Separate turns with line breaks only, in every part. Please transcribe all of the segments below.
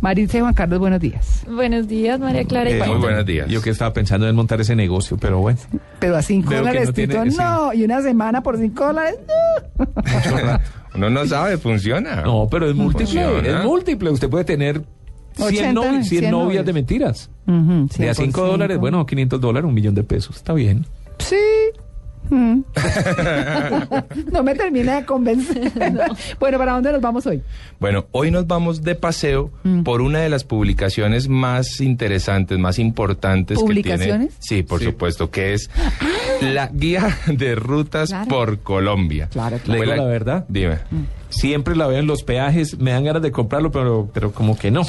Maritza y Juan Carlos, buenos días.
Buenos días, María Clara. y
Eh, muy
Juanito.
buenos días.
Yo que estaba pensando en montar ese negocio, pero bueno.
Pero a cinco
Veo que
dólares,
no tiene-
Tito,
sí.
no. Y una semana por cinco dólares, no.
Uno no sabe, funciona.
No, pero es múltiple,
Ah. Funciona.
es múltiple. Usted puede tener 100,
80,
novi- 100
100
novias de
novios.
mentiras.
Ujú,
De
100%.
a 5 dólares, bueno, 500 dólares, un millón de pesos. Está bien.
Sí. Mm. no me termina de convencer. Bueno, ¿para dónde nos vamos hoy?
Bueno, hoy nos vamos de paseo
Mm.
por una de las publicaciones más interesantes, más importantes que tiene.
¿Publicaciones?
Sí, por supuesto, que es la guía de rutas
Claro.
por Colombia.
Claro, Mm.
Fue
claro. La verdad.
Dime.
Siempre la veo en los peajes, me dan ganas de comprarlo, pero, pero como que no.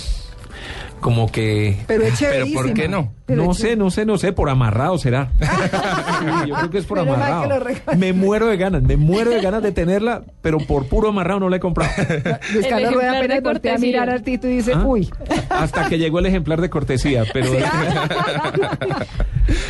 Como que...
Pero es
Pero
chéverísima.
¿por qué no?
Pero
no
es
sé, no sé, no sé, por amarrado será. Sí, Yo creo que es por
Menos mal que
amarrado.
lo reconoce.
Me muero de ganas, me muero de ganas de tenerla, pero por puro amarrado no la he comprado.
Luis
El
Carlos Rueda
ejemplar
apenas
de
voltea a
cortesía.
mirar al Tito y dice,
Ah,
uy.
Hasta que llegó el ejemplar de cortesía, pero...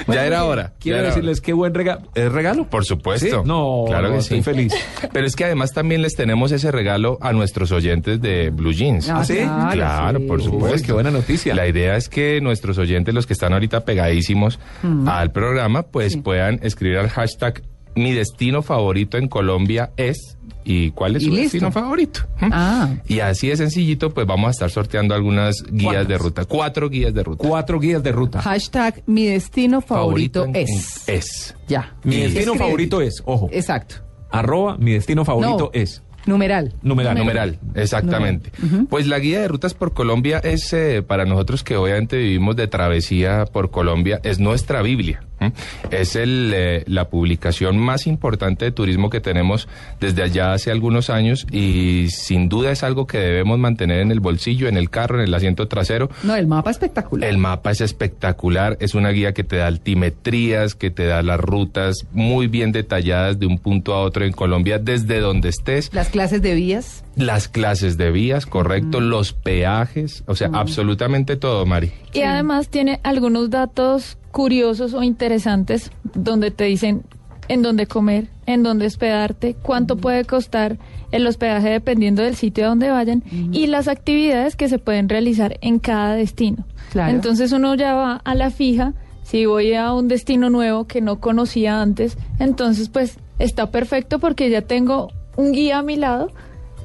ya era hora. Ah, ya
Quiero
era
decirles
hora.
qué buen eh, regalo. ¿Es regalo?
Por supuesto.
¿Sí? No,
claro
no,
que sí.
estoy feliz.
Pero es que además también les tenemos ese regalo a nuestros oyentes de Blue Jeans.
Ah,
¿sí?
Claro,
sí.
por supuesto.
Uy, qué buena noticia.
La idea es que nuestros oyentes, los que están ahorita pegadísimos
Mm.
al programa, pues puedan escribir al hashtag mi destino favorito en Colombia es y cuál es
Y
su
listo.
destino favorito. ¿Mm?
Ah.
Y así de sencillito, pues vamos a estar sorteando algunas guías
¿Cuántas?
de ruta, cuatro guías de ruta.
Cuatro guías de ruta.
Hashtag mi destino favorito,
en-
es.
E.
en- es.
Ya.
Mi
Y-
destino
Escribe.
favorito es, ojo,
Exacto.
arroba mi destino favorito
No.
es.
Numeral.
Numeral.
Numeral, exactamente. Pues la guía de rutas por Colombia es eh, para nosotros que obviamente vivimos de travesía por Colombia, es nuestra Biblia. ¿m? Es el, eh, la publicación más importante de turismo que tenemos desde allá hace algunos años y sin duda es algo que debemos mantener en el bolsillo, en el carro, en el asiento trasero.
No, el mapa espectacular.
El mapa es espectacular, es una guía que te da altimetrías, que te da las rutas muy bien detalladas de un punto a otro en Colombia, desde donde estés
Las clases de vías.
las clases de vías, correcto,
Mm.
los peajes, o sea, absolutamente todo, Mari.
Y además tiene algunos datos curiosos o interesantes donde te dicen en dónde comer, en dónde hospedarte, cuánto puede costar el hospedaje dependiendo del sitio a donde vayan y las actividades que se pueden realizar en cada destino.
Claro.
Entonces uno ya va a la fija, si voy a un destino nuevo que no conocía antes, entonces pues está perfecto porque ya tengo un guía a mi lado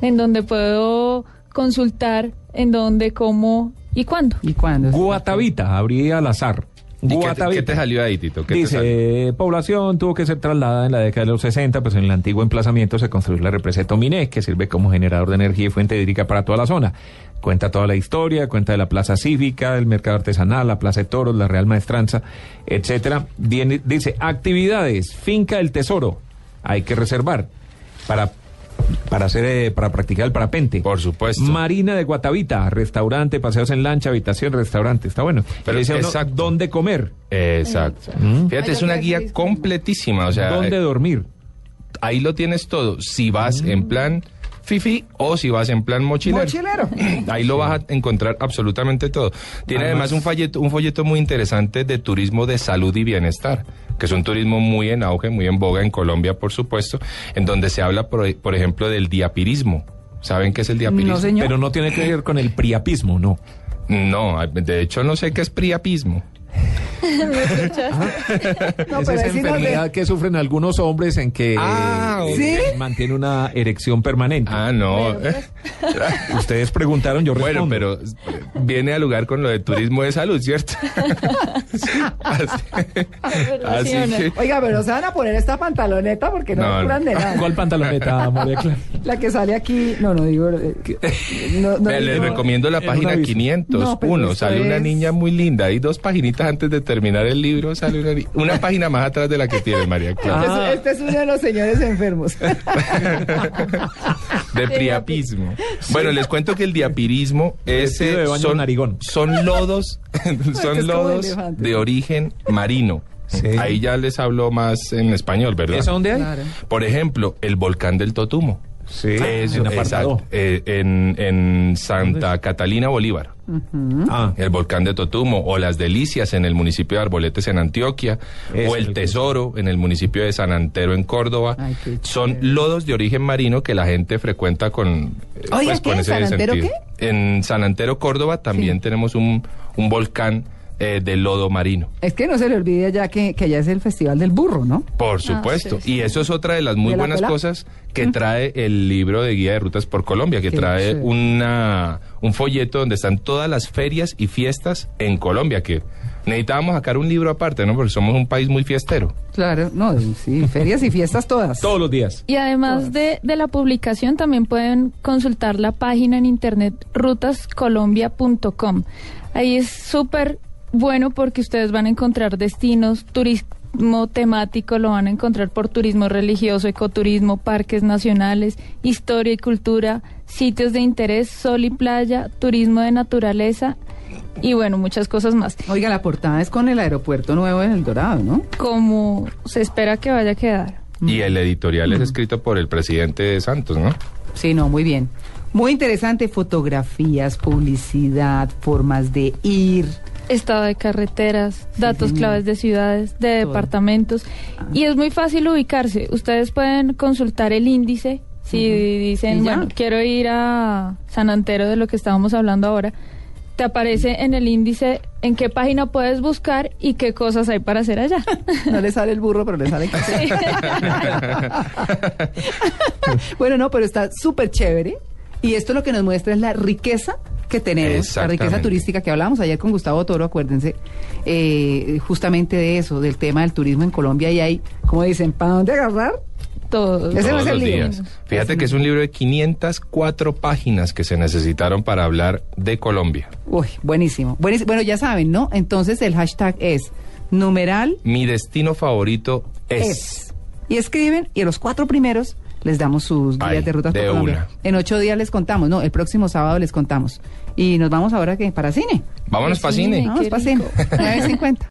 en donde puedo consultar en dónde, cómo y cuándo.
¿Y cuándo?
Guatavita, abrí al azar.
¿Y qué te-
Guatavita.
qué te salió ahí, Tito? ¿Qué te
Dice,
salió?
eh, población tuvo que ser trasladada en la década de los 60, pues en el antiguo emplazamiento se construyó la represa de Tominé, que sirve como generador de energía y fuente hídrica para toda la zona. Cuenta toda la historia, cuenta de la plaza cívica, el mercado artesanal, la plaza de toros, la Real Maestranza, etcétera. Viene- dice, actividades, finca del tesoro, hay que reservar para para hacer eh, para practicar el parapente.
Por supuesto.
Marina de Guatavita, restaurante, paseos en lancha, habitación, restaurante, está bueno.
Pero
Pero dice, a uno,
exacto.
¿dónde comer?
Exacto.
Mm.
Fíjate, es una guía completísima, o sea,
¿Dónde Mm.
eh,
dormir?
ahí lo tienes todo, si vas en plan fifi o si vas en plan mochilero.
Mochilero.
Ahí lo vas a encontrar absolutamente todo. Tiene además,
Además-
un, folleto, un folleto muy interesante de turismo de salud y bienestar, que es un turismo muy en auge, muy en boga en Colombia, por supuesto, en donde se habla, por, por ejemplo, del diapirismo. ¿Saben qué es el diapirismo?
No, señor.
Pero no tiene que ver con el priapismo, no.
No, de hecho no sé qué es priapismo.
No,
es
pero
esa
ahí sí nos
enfermedad que sufren algunos hombres en que
Ah,
eh,
¿sí?
mantiene una erección permanente.
Ah, no.
Ustedes preguntaron,
pues,
yo
Bueno,
respondo.
pero eh, viene al lugar con lo de turismo de salud, ¿cierto? así, así que...
Oiga, pero se van a poner esta pantaloneta porque no,
No,
me curan de
no.
nada.
¿Cuál pantaloneta, María Clara?
La que sale aquí, no, no digo. eh, No, no
Vea, les
digo-
recomiendo la
es un
página
aviso.
501.
No, pero esto
Sale una
es-
niña muy linda. Hay dos paginitas antes de terminar el libro sale una, una página más atrás de la que tiene María Clara.
Ah.
Este es uno de los señores enfermos. Ah.
De priapismo. Bueno, les cuento que el diapirismo es,
Vestido de
eh,
baño
son,
narigón.
son lodos,
es como
son lodos
elefante.
de origen marino.
Sí.
Ahí ya les hablo más en español, ¿verdad?
¿Eso dónde hay?
Por ejemplo, el volcán del Totumo.
Sí,
Eso,
Ah, en apartado.
exacto. Eh, en, en Santa Catalina, Bolívar.
¿Mm?
Ah,
El volcán de Totumo, o las delicias en el municipio de Arboletes en Antioquia,
Eso
o
es lo
el
que-
tesoro en el municipio de San Antero en Córdoba.
Ay, qué
Son lodos de origen marino que la gente frecuenta con, eh,
Oiga, ¿qué?
con ese
¿San Antero
sentido. En San Antero, Córdoba, también tenemos un, un volcán eh, de lodo marino.
Es que no se le olvide ya que, que allá es el Festival del Burro, ¿no?
Por supuesto. Y eso es otra de las
Ah,
muy
¿De la
buenas
pela?
cosas que trae el libro de Guía de Rutas por Colombia, que
Qué
trae
chévere.
una, un folleto donde están todas las ferias y fiestas en Colombia, que necesitábamos sacar un libro aparte, ¿no? Porque somos un país muy fiestero.
Claro, no, sí, ferias y fiestas todas.
todos los días.
Y además de, de la publicación, también pueden consultar la página en internet rutascolombia.com. Ahí es súper bueno porque ustedes van a encontrar destinos, turismo temático, lo van a encontrar por turismo religioso, ecoturismo, parques nacionales, historia y cultura, sitios de interés, sol y playa, turismo de naturaleza y bueno, muchas cosas más.
Oiga, la portada es con el aeropuerto nuevo en El Dorado, ¿no?
Como se espera que vaya a quedar.
Y el editorial es escrito por el presidente Santos, ¿no?
Sí, no, muy bien. Muy interesante, fotografías, publicidad, formas de ir.
Estado de carreteras, datos
señor.
claves de ciudades,
Todo.
de
Ah.
departamentos. Y es muy fácil ubicarse. Ustedes pueden consultar el índice. Si dicen,
¿Y ya?
bueno, quiero ir a San Antero de lo que estábamos hablando ahora, te aparece en el índice en qué página puedes buscar y qué cosas hay para hacer allá.
No le sale el burro, pero le sale... bueno, no, pero está súper chévere. Y esto lo que nos muestra es la riqueza que tenemos, la riqueza
Exactamente.
turística que hablábamos ayer con Gustavo Toro, acuérdense, eh, justamente de eso, del tema del turismo en Colombia. Y hay, como dicen, ¿para dónde agarrar?
Todo.
Ese no
Todos
es el
los
libro.
días. Fíjate que es un libro de 504 páginas que se necesitaron para hablar de Colombia.
Uy, buenísimo. Buenísimo. Bueno, ya saben, ¿no? Entonces el hashtag es numeral
Mi destino favorito
es. Y escriben, y a los cuatro primeros les damos sus guías
Ay,
de rutas por
de
Colombia.
una.
En ocho días les contamos, no, el próximo sábado les contamos. Y nos vamos ahora que para cine.
Vámonos para
Sí,
cine.
Ay,
Vamos
qué
para cine.
rico.
9.50.